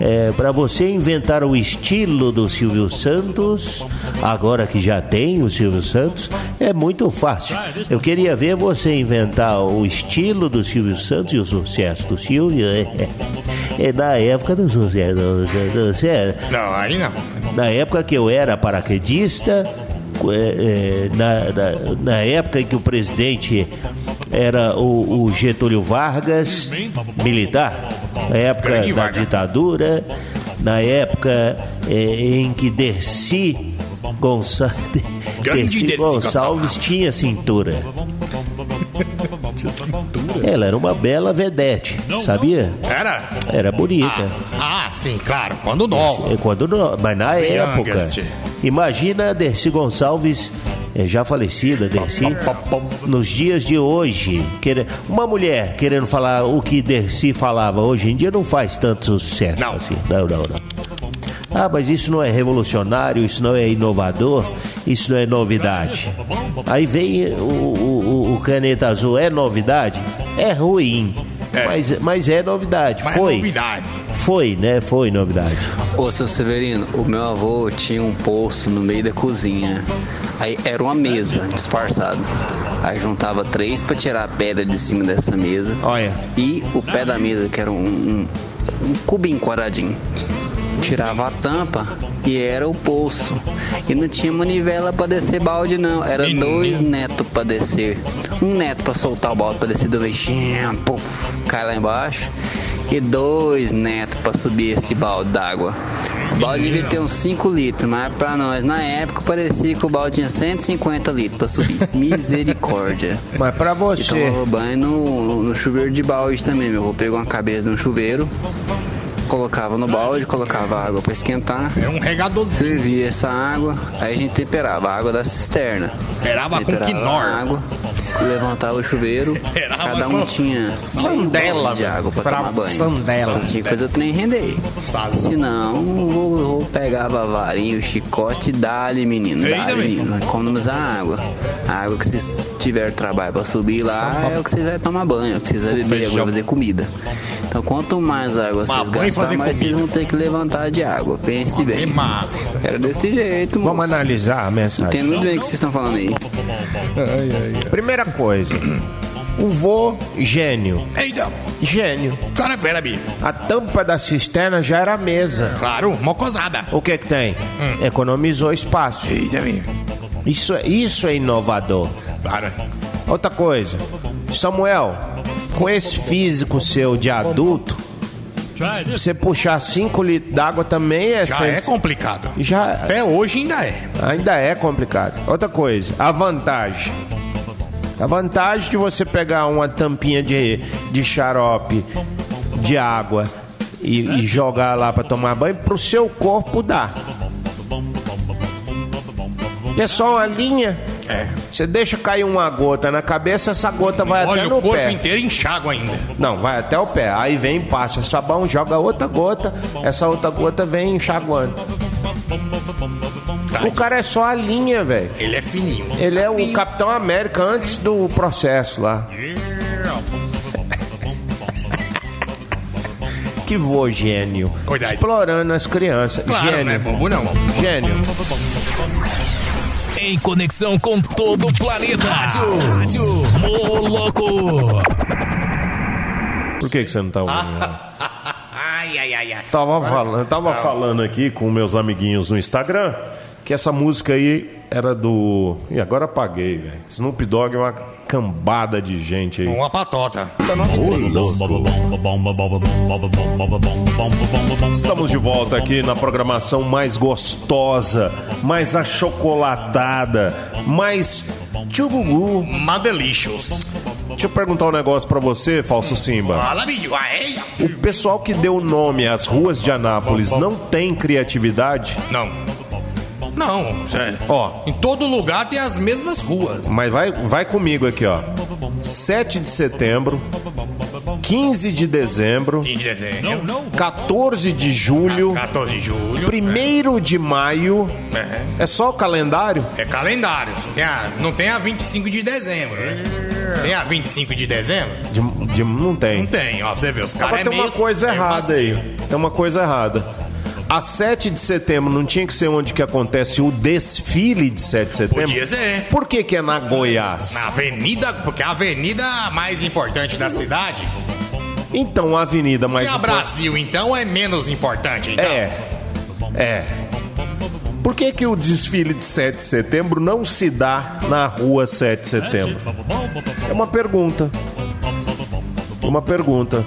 [SPEAKER 3] É, para você inventar o estilo do Silvio Santos, agora que já tem o Silvio Santos, é muito fácil. Eu queria ver você inventar o estilo do Silvio Santos e o sucesso do Silvio. É, é, é na época do sucesso. do- do- do- do-
[SPEAKER 1] é.
[SPEAKER 4] Não, aí não.
[SPEAKER 3] na época que eu era paraquedista, eh, eh, na, na- na época em que o presidente era o, o Getúlio Vargas, militar, na época
[SPEAKER 4] Grande
[SPEAKER 3] da
[SPEAKER 4] Vargas.
[SPEAKER 3] ditadura, na época eh, em que Dercy Gonçalves,
[SPEAKER 4] Grande Dercy Gonçalves.
[SPEAKER 3] Gonçalves tinha cintura. Ela era uma bela vedete, sabia?
[SPEAKER 4] Era?
[SPEAKER 3] Era bonita.
[SPEAKER 4] Ah, ah, sim, claro. Quando não.
[SPEAKER 3] É quando não, mas na época.
[SPEAKER 4] Youngest.
[SPEAKER 3] Imagina a Dercy Gonçalves, eh, já falecida, Dercy, nos dias de hoje. quere- uma mulher querendo falar o que Dercy falava hoje em dia não faz tanto sucesso
[SPEAKER 4] Não.
[SPEAKER 3] assim. Não, não, não. Ah, mas isso não é revolucionário, isso não é inovador, isso não é novidade. Aí vem o, o- o- o caneta azul, é novidade? É ruim,
[SPEAKER 4] É.
[SPEAKER 3] Mas, mas é novidade.
[SPEAKER 4] Mas
[SPEAKER 3] Foi.
[SPEAKER 4] novidade.
[SPEAKER 3] Foi, né? Foi novidade.
[SPEAKER 6] Ô, seu Severino, o meu avô tinha um poço no meio da cozinha. Aí era uma mesa disfarçada. Aí juntava três pra tirar a pedra de cima dessa mesa.
[SPEAKER 1] Olha.
[SPEAKER 6] E o pé da mesa, que era um, um, um cubinho quadradinho. Tirava a tampa e era o poço. E não tinha manivela pra descer balde, não. Era
[SPEAKER 4] Menino.
[SPEAKER 6] dois netos pra descer. Um neto pra soltar o balde pra descer do vexinho, puf, cai lá embaixo. E dois netos pra subir esse balde d'água. O balde devia ter uns 5 litros, mas pra nós, na época, parecia que o balde tinha 150 litros pra subir. Misericórdia.
[SPEAKER 1] Mas pra
[SPEAKER 6] E
[SPEAKER 1] você.
[SPEAKER 6] tomava Então, banho no, no- no chuveiro de balde também, meu. Eu pegava uma cabeça no chuveiro, colocava no balde, colocava água pra esquentar,
[SPEAKER 4] Era um regadorzinho.
[SPEAKER 6] fervia essa água, aí a gente temperava a água da cisterna.
[SPEAKER 4] Temperava com quinor.
[SPEAKER 6] a água, levantava o chuveiro,
[SPEAKER 4] Temperava
[SPEAKER 6] cada um
[SPEAKER 4] com
[SPEAKER 6] tinha
[SPEAKER 4] sandela,
[SPEAKER 6] balde de
[SPEAKER 4] velho.
[SPEAKER 6] água pra,
[SPEAKER 1] Pra
[SPEAKER 6] tomar banho.
[SPEAKER 1] sandela.
[SPEAKER 6] Só tinha que fazer o trem render.
[SPEAKER 4] Sazão.
[SPEAKER 6] Se não, eu, eu pegava a varinha, o chicote e dá-lhe, menino.
[SPEAKER 4] Eita,
[SPEAKER 6] Dá-lhe,
[SPEAKER 4] bem.
[SPEAKER 6] menino. Economizar água. A água que vocês tiveram trabalho pra subir lá é o que vocês vão tomar banho, é o que vocês vão beber, agora fazer comida. Então, quanto mais água vocês
[SPEAKER 4] banho e fazer
[SPEAKER 6] gastarem, mais vocês
[SPEAKER 4] comida.
[SPEAKER 6] vão ter que levantar de água. Pense bem.
[SPEAKER 4] Ema.
[SPEAKER 6] Era desse jeito,
[SPEAKER 1] Vamos
[SPEAKER 6] moço.
[SPEAKER 1] analisar a
[SPEAKER 6] Entendo
[SPEAKER 1] mensagem.
[SPEAKER 6] muito bem o que vocês estão falando aí.
[SPEAKER 1] Primeira coisa. O vô, gênio.
[SPEAKER 4] Eita,
[SPEAKER 1] Gênio.
[SPEAKER 4] o cara é fera, bi.
[SPEAKER 1] A tampa da cisterna já era mesa.
[SPEAKER 4] Claro, mocosada.
[SPEAKER 1] O que que tem? Economizou espaço.
[SPEAKER 4] Hum. Eita, bi.
[SPEAKER 1] Isso, é- isso é inovador.
[SPEAKER 4] Claro.
[SPEAKER 1] Outra coisa. Samuel, com esse físico seu de adulto, você puxar 5 litros d'água também é...
[SPEAKER 4] Já
[SPEAKER 1] cento-
[SPEAKER 4] é complicado.
[SPEAKER 1] Já
[SPEAKER 4] Até hoje ainda é.
[SPEAKER 1] Ainda é complicado. Outra coisa, a vantagem. A vantagem de você pegar uma tampinha de, de xarope, de água e, e jogar lá pra tomar banho, pro seu corpo dá. É só uma linha.
[SPEAKER 4] É.
[SPEAKER 1] Você deixa cair uma gota na cabeça, essa gota vai
[SPEAKER 4] Olha,
[SPEAKER 1] Tá até
[SPEAKER 4] o
[SPEAKER 1] no
[SPEAKER 4] corpo
[SPEAKER 1] pé.
[SPEAKER 4] inteiro enxágua ainda.
[SPEAKER 1] Não, vai até o pé. Aí vem, passa sabão, joga outra gota. Essa outra gota vem enxaguando.
[SPEAKER 3] Tá.
[SPEAKER 1] O cara é só a linha, velho.
[SPEAKER 4] Ele é fininho.
[SPEAKER 1] Ele é o Capitão América antes do processo lá.
[SPEAKER 3] que vô gênio.
[SPEAKER 4] Cuidado.
[SPEAKER 3] Explorando as crianças. gênio.
[SPEAKER 4] né? Bobo não.
[SPEAKER 3] Gênio.
[SPEAKER 9] Em conexão com todo o planeta. Rádio. Rádio. Moloco.
[SPEAKER 3] Por que, que você não tá
[SPEAKER 1] Ah,
[SPEAKER 3] ouvindo? Tava, falando, tava falando aqui com meus amiguinhos no Instagram que essa música aí era do. E agora apaguei, velho. Snoop Dogg é uma cambada de gente aí.
[SPEAKER 4] Uma patota.
[SPEAKER 3] Estamos de volta aqui na programação mais gostosa, mais achocolatada, mais tchugugu.
[SPEAKER 4] Madelicious.
[SPEAKER 3] Deixa eu perguntar um negócio pra você, Falso Simba.
[SPEAKER 4] Fala, bicho. Aí.
[SPEAKER 3] O pessoal que deu nome às ruas de Anápolis não tem criatividade?
[SPEAKER 4] Não. Não. é.
[SPEAKER 3] Ó,
[SPEAKER 4] Em todo lugar tem as mesmas ruas.
[SPEAKER 3] mas vai, vai comigo aqui, ó. 7 de setembro, 15 de dezembro, 14 de julho,
[SPEAKER 4] 14 de julho.
[SPEAKER 3] 1 de maio.
[SPEAKER 4] É.
[SPEAKER 3] É só o calendário?
[SPEAKER 4] É calendário. Tem a- não tem a 25 de dezembro, né? Tem a 25 de dezembro?
[SPEAKER 3] De, de- não É. tem.
[SPEAKER 4] Não tem, ó. Pra você ver, os caras
[SPEAKER 3] Agora
[SPEAKER 4] é
[SPEAKER 3] tem uma
[SPEAKER 4] meio-
[SPEAKER 3] coisa
[SPEAKER 4] meio
[SPEAKER 3] errada
[SPEAKER 4] vacilo.
[SPEAKER 3] aí. Tem uma coisa errada. A 7 de setembro não tinha que ser onde que acontece o desfile de 7 de setembro?
[SPEAKER 4] Podia ser.
[SPEAKER 3] Por que que é na Goiás?
[SPEAKER 4] Na avenida, porque a avenida mais importante da cidade.
[SPEAKER 3] Então a avenida mais...
[SPEAKER 4] e a Brasil, então, é menos importante, então.
[SPEAKER 3] É.
[SPEAKER 4] Tá.
[SPEAKER 3] É. Por que que o desfile de 7 de setembro não se dá na rua 7 de setembro? É uma pergunta. É Uma pergunta.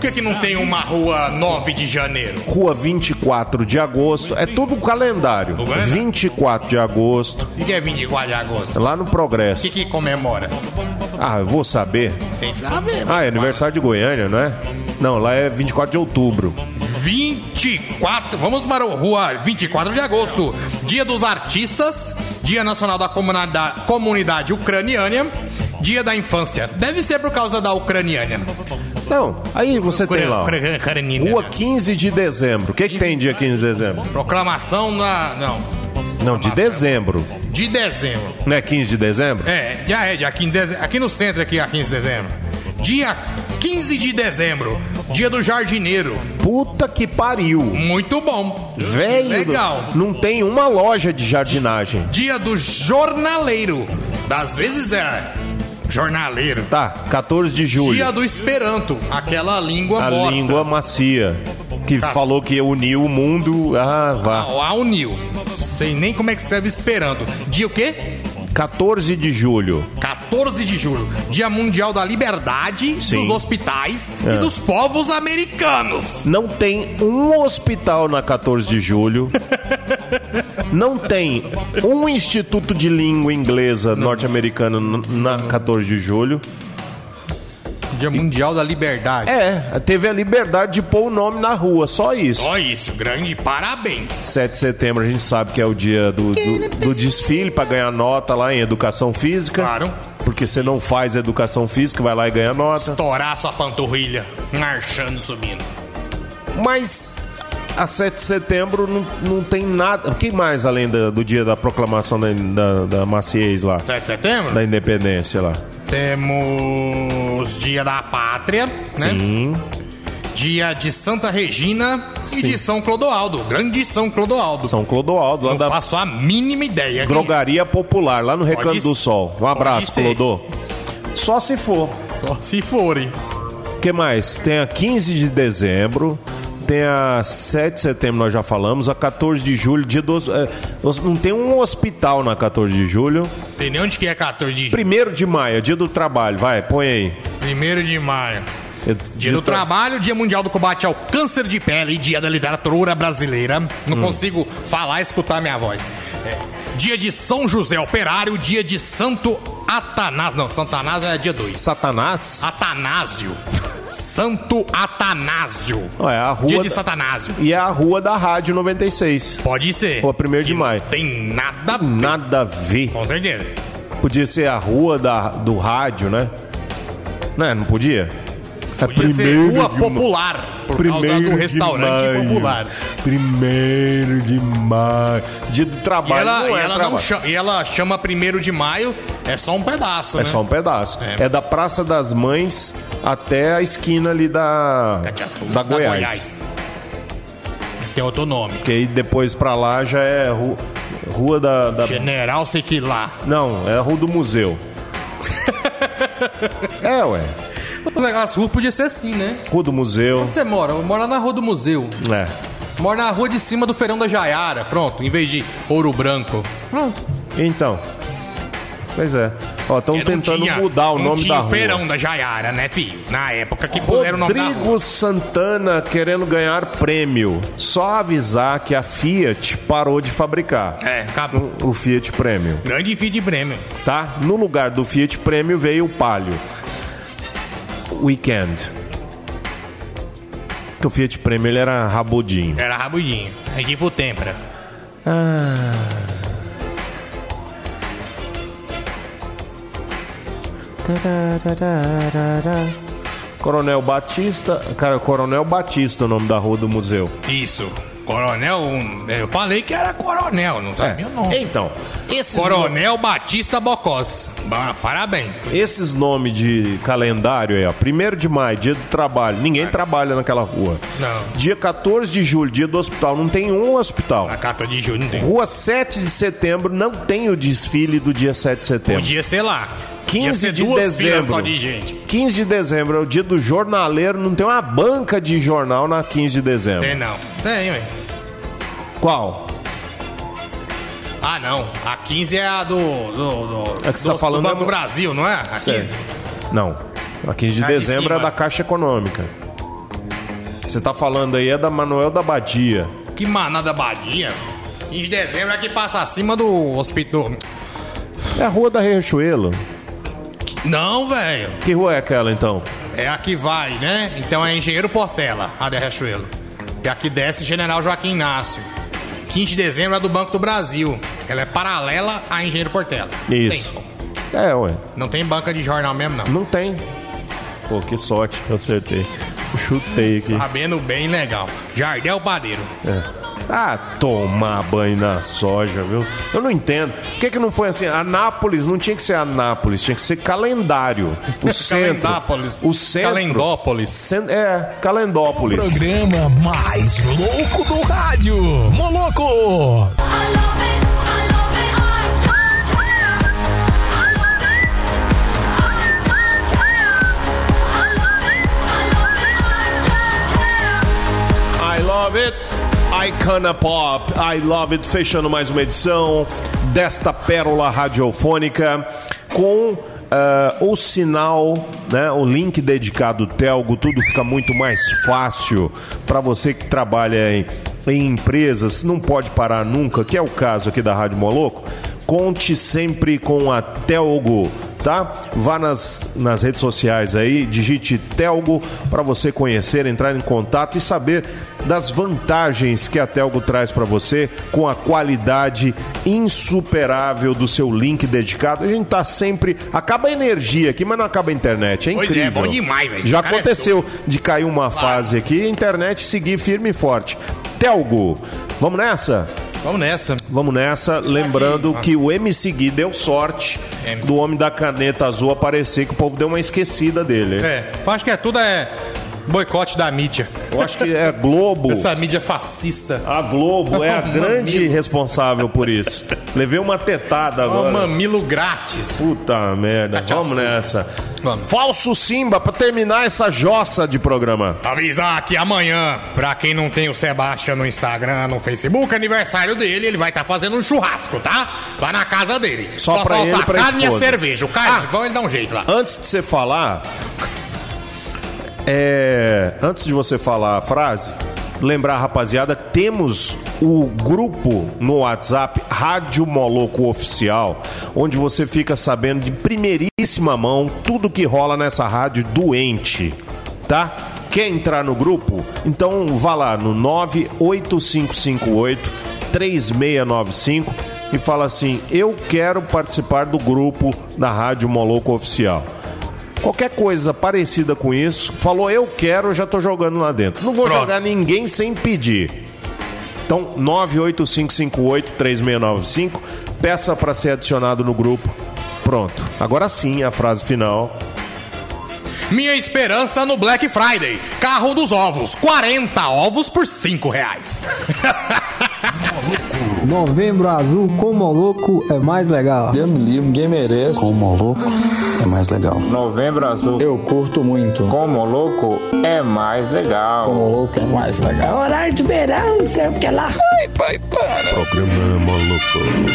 [SPEAKER 4] Por que, que não tem uma rua 9 de janeiro?
[SPEAKER 3] Rua 24 de agosto, é tudo o calendário.
[SPEAKER 4] O calendário.
[SPEAKER 3] 24 de agosto,
[SPEAKER 4] O que que é 24 de agosto?
[SPEAKER 3] lá no
[SPEAKER 4] O
[SPEAKER 3] Progresso.
[SPEAKER 4] que, que comemora?
[SPEAKER 3] Ah, eu vou saber.
[SPEAKER 4] Tem que saber.
[SPEAKER 3] Ah, é aniversário de Goiânia, não é? Não, lá é 24 de outubro.
[SPEAKER 4] 24. Vamos para a rua 24 de agosto. Dia dos Artistas, Dia Nacional da Comunidade, Comunidade Ucraniana, Dia da Infância. Deve ser por causa da Ucraniana.
[SPEAKER 3] Não, aí você tem lá. ó. Rua
[SPEAKER 4] Ucraniana.
[SPEAKER 3] 15 de dezembro. O que, que tem dia 15 de dezembro?
[SPEAKER 4] Proclamação na. Não.
[SPEAKER 3] Não, de dezembro.
[SPEAKER 4] De dezembro.
[SPEAKER 3] Não é 15 de dezembro?
[SPEAKER 4] É, já é, dia 15 de dezembro. Aqui no centro, aqui, a 15 de dezembro. Dia 15 de dezembro, dia do jardineiro.
[SPEAKER 3] É Puta que pariu.
[SPEAKER 4] Muito bom.
[SPEAKER 3] Velho.
[SPEAKER 4] Legal.
[SPEAKER 3] Não tem uma loja de jardinagem.
[SPEAKER 4] Dia do jornaleiro. Das vezes é jornaleiro.
[SPEAKER 3] Tá, 14 de
[SPEAKER 4] Dia
[SPEAKER 3] julho.
[SPEAKER 4] do Esperanto, aquela língua
[SPEAKER 3] A
[SPEAKER 4] morta. Tá.
[SPEAKER 3] língua macia. Que falou que uniu o mundo. Ah, vá.
[SPEAKER 4] Ao ao Nil. Sei nem como é que escreve Esperanto. Dia o quê?
[SPEAKER 3] 14 de julho.
[SPEAKER 4] 14 de julho. Dia Mundial da Liberdade,
[SPEAKER 3] Sim.
[SPEAKER 4] dos hospitais e dos povos americanos.
[SPEAKER 3] Não tem um hospital na 14 de julho. Não tem um instituto de língua inglesa norte-americana n- na 14 de julho.
[SPEAKER 4] Dia Mundial da Liberdade.
[SPEAKER 3] É, teve a liberdade de pôr o nome na rua, só isso.
[SPEAKER 4] Só isso, grande parabéns.
[SPEAKER 3] 7 de setembro a gente sabe que é o dia do, do, do desfile para ganhar nota lá em educação física.
[SPEAKER 4] Claro.
[SPEAKER 3] Porque você não faz educação física, vai lá e ganha nota.
[SPEAKER 4] Estourar sua panturrilha, marchando, subindo.
[SPEAKER 3] Mas a 7 de setembro não, não tem nada. O que mais além da- do dia da proclamação da, da, da Maciez lá?
[SPEAKER 4] 7 de setembro?
[SPEAKER 3] Da independência lá.
[SPEAKER 4] Temos Dia da Pátria, né?
[SPEAKER 3] Sim.
[SPEAKER 4] Dia de Santa Regina e
[SPEAKER 3] Sim.
[SPEAKER 4] de São Clodoaldo. Grande São Clodoaldo.
[SPEAKER 3] São Clodoaldo, lá
[SPEAKER 4] Não
[SPEAKER 3] da
[SPEAKER 4] faço a mínima ideia. quem-
[SPEAKER 3] Drogaria Popular, lá no Recanto
[SPEAKER 4] Pode
[SPEAKER 3] do
[SPEAKER 4] ser.
[SPEAKER 3] Sol. Um abraço,
[SPEAKER 4] ser.
[SPEAKER 3] Clodô. Só se for.
[SPEAKER 4] Se forem.
[SPEAKER 3] que mais? Tem a 15 de dezembro. Tem a 7 de setembro, nós já falamos. A 14 de julho, dia do... é, os- Não tem um hospital na 14 de julho.
[SPEAKER 4] Tem nem onde que é 14 de julho.
[SPEAKER 3] 1 de maio, é dia do trabalho. Vai, põe aí.
[SPEAKER 4] Primeiro de maio.
[SPEAKER 3] É
[SPEAKER 4] Dia do
[SPEAKER 3] tra-
[SPEAKER 4] Trabalho, Dia Mundial do Combate ao Câncer de Pele e Dia da Literatura Brasileira. Não
[SPEAKER 3] Hum.
[SPEAKER 4] consigo falar e escutar minha voz. É. Dia de São José Operário, dia de Santo Atanásio. Não, Santo Atanásio é dia 2.
[SPEAKER 3] Satanás?
[SPEAKER 4] Atanásio. Santo Atanásio.
[SPEAKER 3] Ué, a rua
[SPEAKER 4] Ah, Dia de
[SPEAKER 3] da-
[SPEAKER 4] Satanásio.
[SPEAKER 3] E é a rua da Rádio 96.
[SPEAKER 4] Pode ser.
[SPEAKER 3] Rua 1º de
[SPEAKER 4] Que
[SPEAKER 3] maio.
[SPEAKER 4] Não tem nada. a ver.
[SPEAKER 3] Nada a ver.
[SPEAKER 4] Com certeza.
[SPEAKER 3] Podia ser a rua da, do rádio, né? Né, não podia?
[SPEAKER 4] É Podia ser
[SPEAKER 3] primeiro
[SPEAKER 4] rua
[SPEAKER 3] de ma-
[SPEAKER 4] popular, por causa do
[SPEAKER 3] de
[SPEAKER 4] restaurante
[SPEAKER 3] maio.
[SPEAKER 4] popular.
[SPEAKER 3] Primeiro de maio. Dia do
[SPEAKER 4] E
[SPEAKER 3] trabalho
[SPEAKER 4] ela,
[SPEAKER 3] não é
[SPEAKER 4] ela não
[SPEAKER 3] trabalho.
[SPEAKER 4] chama, e ela chama primeiro de maio, é só um pedaço,
[SPEAKER 3] É
[SPEAKER 4] né?
[SPEAKER 3] só um pedaço. É.
[SPEAKER 4] É.
[SPEAKER 3] da Praça das Mães até a esquina ali da,
[SPEAKER 4] É que é tudo
[SPEAKER 3] da Goiás. Tá
[SPEAKER 4] Tem outro nome.
[SPEAKER 3] Que aí depois pra lá já é ru- rua da. da-
[SPEAKER 4] General Sequilá.
[SPEAKER 3] Não, é a rua do museu. é, ué.
[SPEAKER 10] As ruas podiam ser assim, né?
[SPEAKER 3] Rua do museu.
[SPEAKER 10] Onde você mora? Eu moro lá na rua do museu.
[SPEAKER 3] É.
[SPEAKER 10] Moro na rua de cima do Feirão da Jaiara. Pronto, em vez de Ouro Branco.
[SPEAKER 3] Então. Pois é. Ó, estão
[SPEAKER 4] É, não
[SPEAKER 3] tentando
[SPEAKER 4] tinha-
[SPEAKER 3] mudar o
[SPEAKER 4] não
[SPEAKER 3] nome
[SPEAKER 4] tinha
[SPEAKER 3] da
[SPEAKER 4] o
[SPEAKER 3] rua.
[SPEAKER 4] feirão da Jaiara, né, filho? Na época que puseram o nome da rua.
[SPEAKER 3] Rodrigo Santana querendo ganhar prêmio. Só avisar que a Fiat parou de fabricar.
[SPEAKER 4] É, acabou.
[SPEAKER 3] O Fiat Prêmio,
[SPEAKER 4] Grande filho de prêmio.
[SPEAKER 3] tá? No lugar do Fiat Prêmio veio o Palio. Weekend. Que o Fiat Prêmio ele era rabudinho.
[SPEAKER 4] Era rabudinho. É tipo têmpera.
[SPEAKER 3] Coronel Batista, cara, Coronel Batista é o nome da rua do museu.
[SPEAKER 4] Isso. Coronel. um, Eu falei que era coronel, não sabia o É, nome.
[SPEAKER 3] Então, esses
[SPEAKER 4] Coronel Batista Bocós. Ba- Parabéns.
[SPEAKER 3] Esses nomes de calendário aí, ó. 1 de maio, dia do trabalho. Ninguém trabalha naquela rua.
[SPEAKER 4] Não.
[SPEAKER 3] Dia 14 de julho, dia do hospital. Não tem um hospital.
[SPEAKER 4] Na carta de junho não tem.
[SPEAKER 3] Rua 7 de setembro, não tem o desfile do dia 7 de setembro.
[SPEAKER 4] Podia ser lá.
[SPEAKER 3] 15
[SPEAKER 4] Ia ser
[SPEAKER 3] de
[SPEAKER 4] duas filas
[SPEAKER 3] dezembro.
[SPEAKER 4] só de gente.
[SPEAKER 3] 15 de dezembro é o dia do jornaleiro. Não tem uma banca de jornal na 15 de dezembro.
[SPEAKER 4] Tem não. Tem, ué.
[SPEAKER 3] Qual?
[SPEAKER 4] Ah, não. A 15 é a do. do, do
[SPEAKER 3] É que você tá falando
[SPEAKER 4] do
[SPEAKER 3] é
[SPEAKER 4] Banco
[SPEAKER 3] uma-
[SPEAKER 4] do Brasil, não é? A 15.
[SPEAKER 3] Não. A 15 de
[SPEAKER 4] A Tá de
[SPEAKER 3] dezembro é
[SPEAKER 4] cima.
[SPEAKER 3] da Caixa Econômica. Você tá falando aí é da Manuel da Badia.
[SPEAKER 4] Que manada badia. Em dezembro é que passa acima do hospital.
[SPEAKER 3] É a rua da Riachuelo.
[SPEAKER 4] Não, velho.
[SPEAKER 3] Que rua é aquela então?
[SPEAKER 4] É a que vai, né? Então é Engenheiro Portela, a de Riachuelo. E aqui desce General Joaquim Inácio. 15 de dezembro é do Banco do Brasil. Ela é paralela a Engenheiro Portela.
[SPEAKER 3] Isso.
[SPEAKER 4] Tem.
[SPEAKER 3] É, ué.
[SPEAKER 4] Não tem banca de jornal mesmo, não.
[SPEAKER 3] Não tem. Pô, que sorte que eu acertei. Chutei aqui.
[SPEAKER 4] Sabendo bem legal. Jardel Padeiro.
[SPEAKER 3] É. Ah, tomar banho na soja, viu? Eu não entendo. Por que, que não foi assim? Anápolis não tinha que ser Anápolis, tinha que ser calendário. O centro.
[SPEAKER 4] Calendápolis.
[SPEAKER 3] O centro.
[SPEAKER 10] Calendópolis.
[SPEAKER 3] Cen- É, Calendópolis.
[SPEAKER 1] Programa mais louco do rádio. Moloco!
[SPEAKER 3] I love it. Icona Pop, I love it. Fechando mais uma edição desta pérola radiofônica com ah, o sinal, né, o link dedicado Telgo, tudo fica muito mais fácil para você que trabalha em, em empresas, não pode parar nunca, que é o caso aqui da Rádio Moloco. Conte sempre com a Telgo tá? Vá nas, nas redes sociais aí, digite Telgo para você conhecer, entrar em contato e saber das vantagens que a Telgo traz para você com a qualidade insuperável do seu link dedicado. A gente tá sempre acaba a energia aqui, mas não acaba a internet, é
[SPEAKER 4] Pois é,
[SPEAKER 3] incrível.
[SPEAKER 4] bom demais, velho.
[SPEAKER 3] Já
[SPEAKER 4] O cara é
[SPEAKER 3] aconteceu de cair uma fase aqui, a internet seguir firme e forte. Telgo, vamos nessa?
[SPEAKER 10] Vamos nessa.
[SPEAKER 3] Vamos nessa, lembrando que o MC Gui deu sorte
[SPEAKER 4] MC.
[SPEAKER 3] do homem da caneta azul aparecer, que o povo deu uma esquecida dele.
[SPEAKER 10] É, eu acho que é tudo é boicote da mídia.
[SPEAKER 3] Eu acho que é Globo.
[SPEAKER 10] Essa mídia fascista.
[SPEAKER 3] A Globo é a grande responsável por isso. Levei uma tetada
[SPEAKER 10] É um
[SPEAKER 3] agora.
[SPEAKER 10] mamilo grátis.
[SPEAKER 3] Puta merda,
[SPEAKER 4] tchau.
[SPEAKER 3] vamos nessa.
[SPEAKER 10] Vamos.
[SPEAKER 3] Falso Simba, pra terminar essa jossa de programa.
[SPEAKER 4] Avisar que amanhã, pra quem não tem o Sebastian no Instagram, no Facebook, aniversário dele, ele vai estar fazendo um churrasco, tá? Lá na casa dele.
[SPEAKER 3] Só pra
[SPEAKER 4] falta
[SPEAKER 3] ele e pra
[SPEAKER 4] carne e
[SPEAKER 3] esposa. Ah.
[SPEAKER 4] cerveja. O Carlos vão ele dá um jeito lá.
[SPEAKER 3] Antes de você falar. É, antes de você falar a frase, lembrar, rapaziada, temos o grupo no WhatsApp Rádio Moloco Oficial, onde você fica sabendo de primeiríssima mão tudo que rola nessa rádio doente, tá? Quer entrar no grupo? Então vá lá no 98558 3695 e fala assim: "Eu quero participar do grupo da Rádio Moloco Oficial". Qualquer coisa parecida com isso, falou eu quero, eu já tô jogando lá dentro. Não vou
[SPEAKER 4] Pronto.
[SPEAKER 3] jogar ninguém sem pedir. Então, 985583695, peça para ser adicionado no grupo. Pronto. Agora sim, a frase final.
[SPEAKER 4] Minha esperança no Black Friday. Carro dos ovos. 40 ovos por 5 reais.
[SPEAKER 11] Novembro azul com Moloco é mais legal.
[SPEAKER 2] Eu me livro, ninguém merece. Como louco é mais legal.
[SPEAKER 12] Novembro Azul.
[SPEAKER 2] Eu curto muito.
[SPEAKER 12] Como louco é mais legal.
[SPEAKER 2] Como louco é mais legal.
[SPEAKER 6] Horário de verão, não sei o que lá.
[SPEAKER 2] Programa maluco.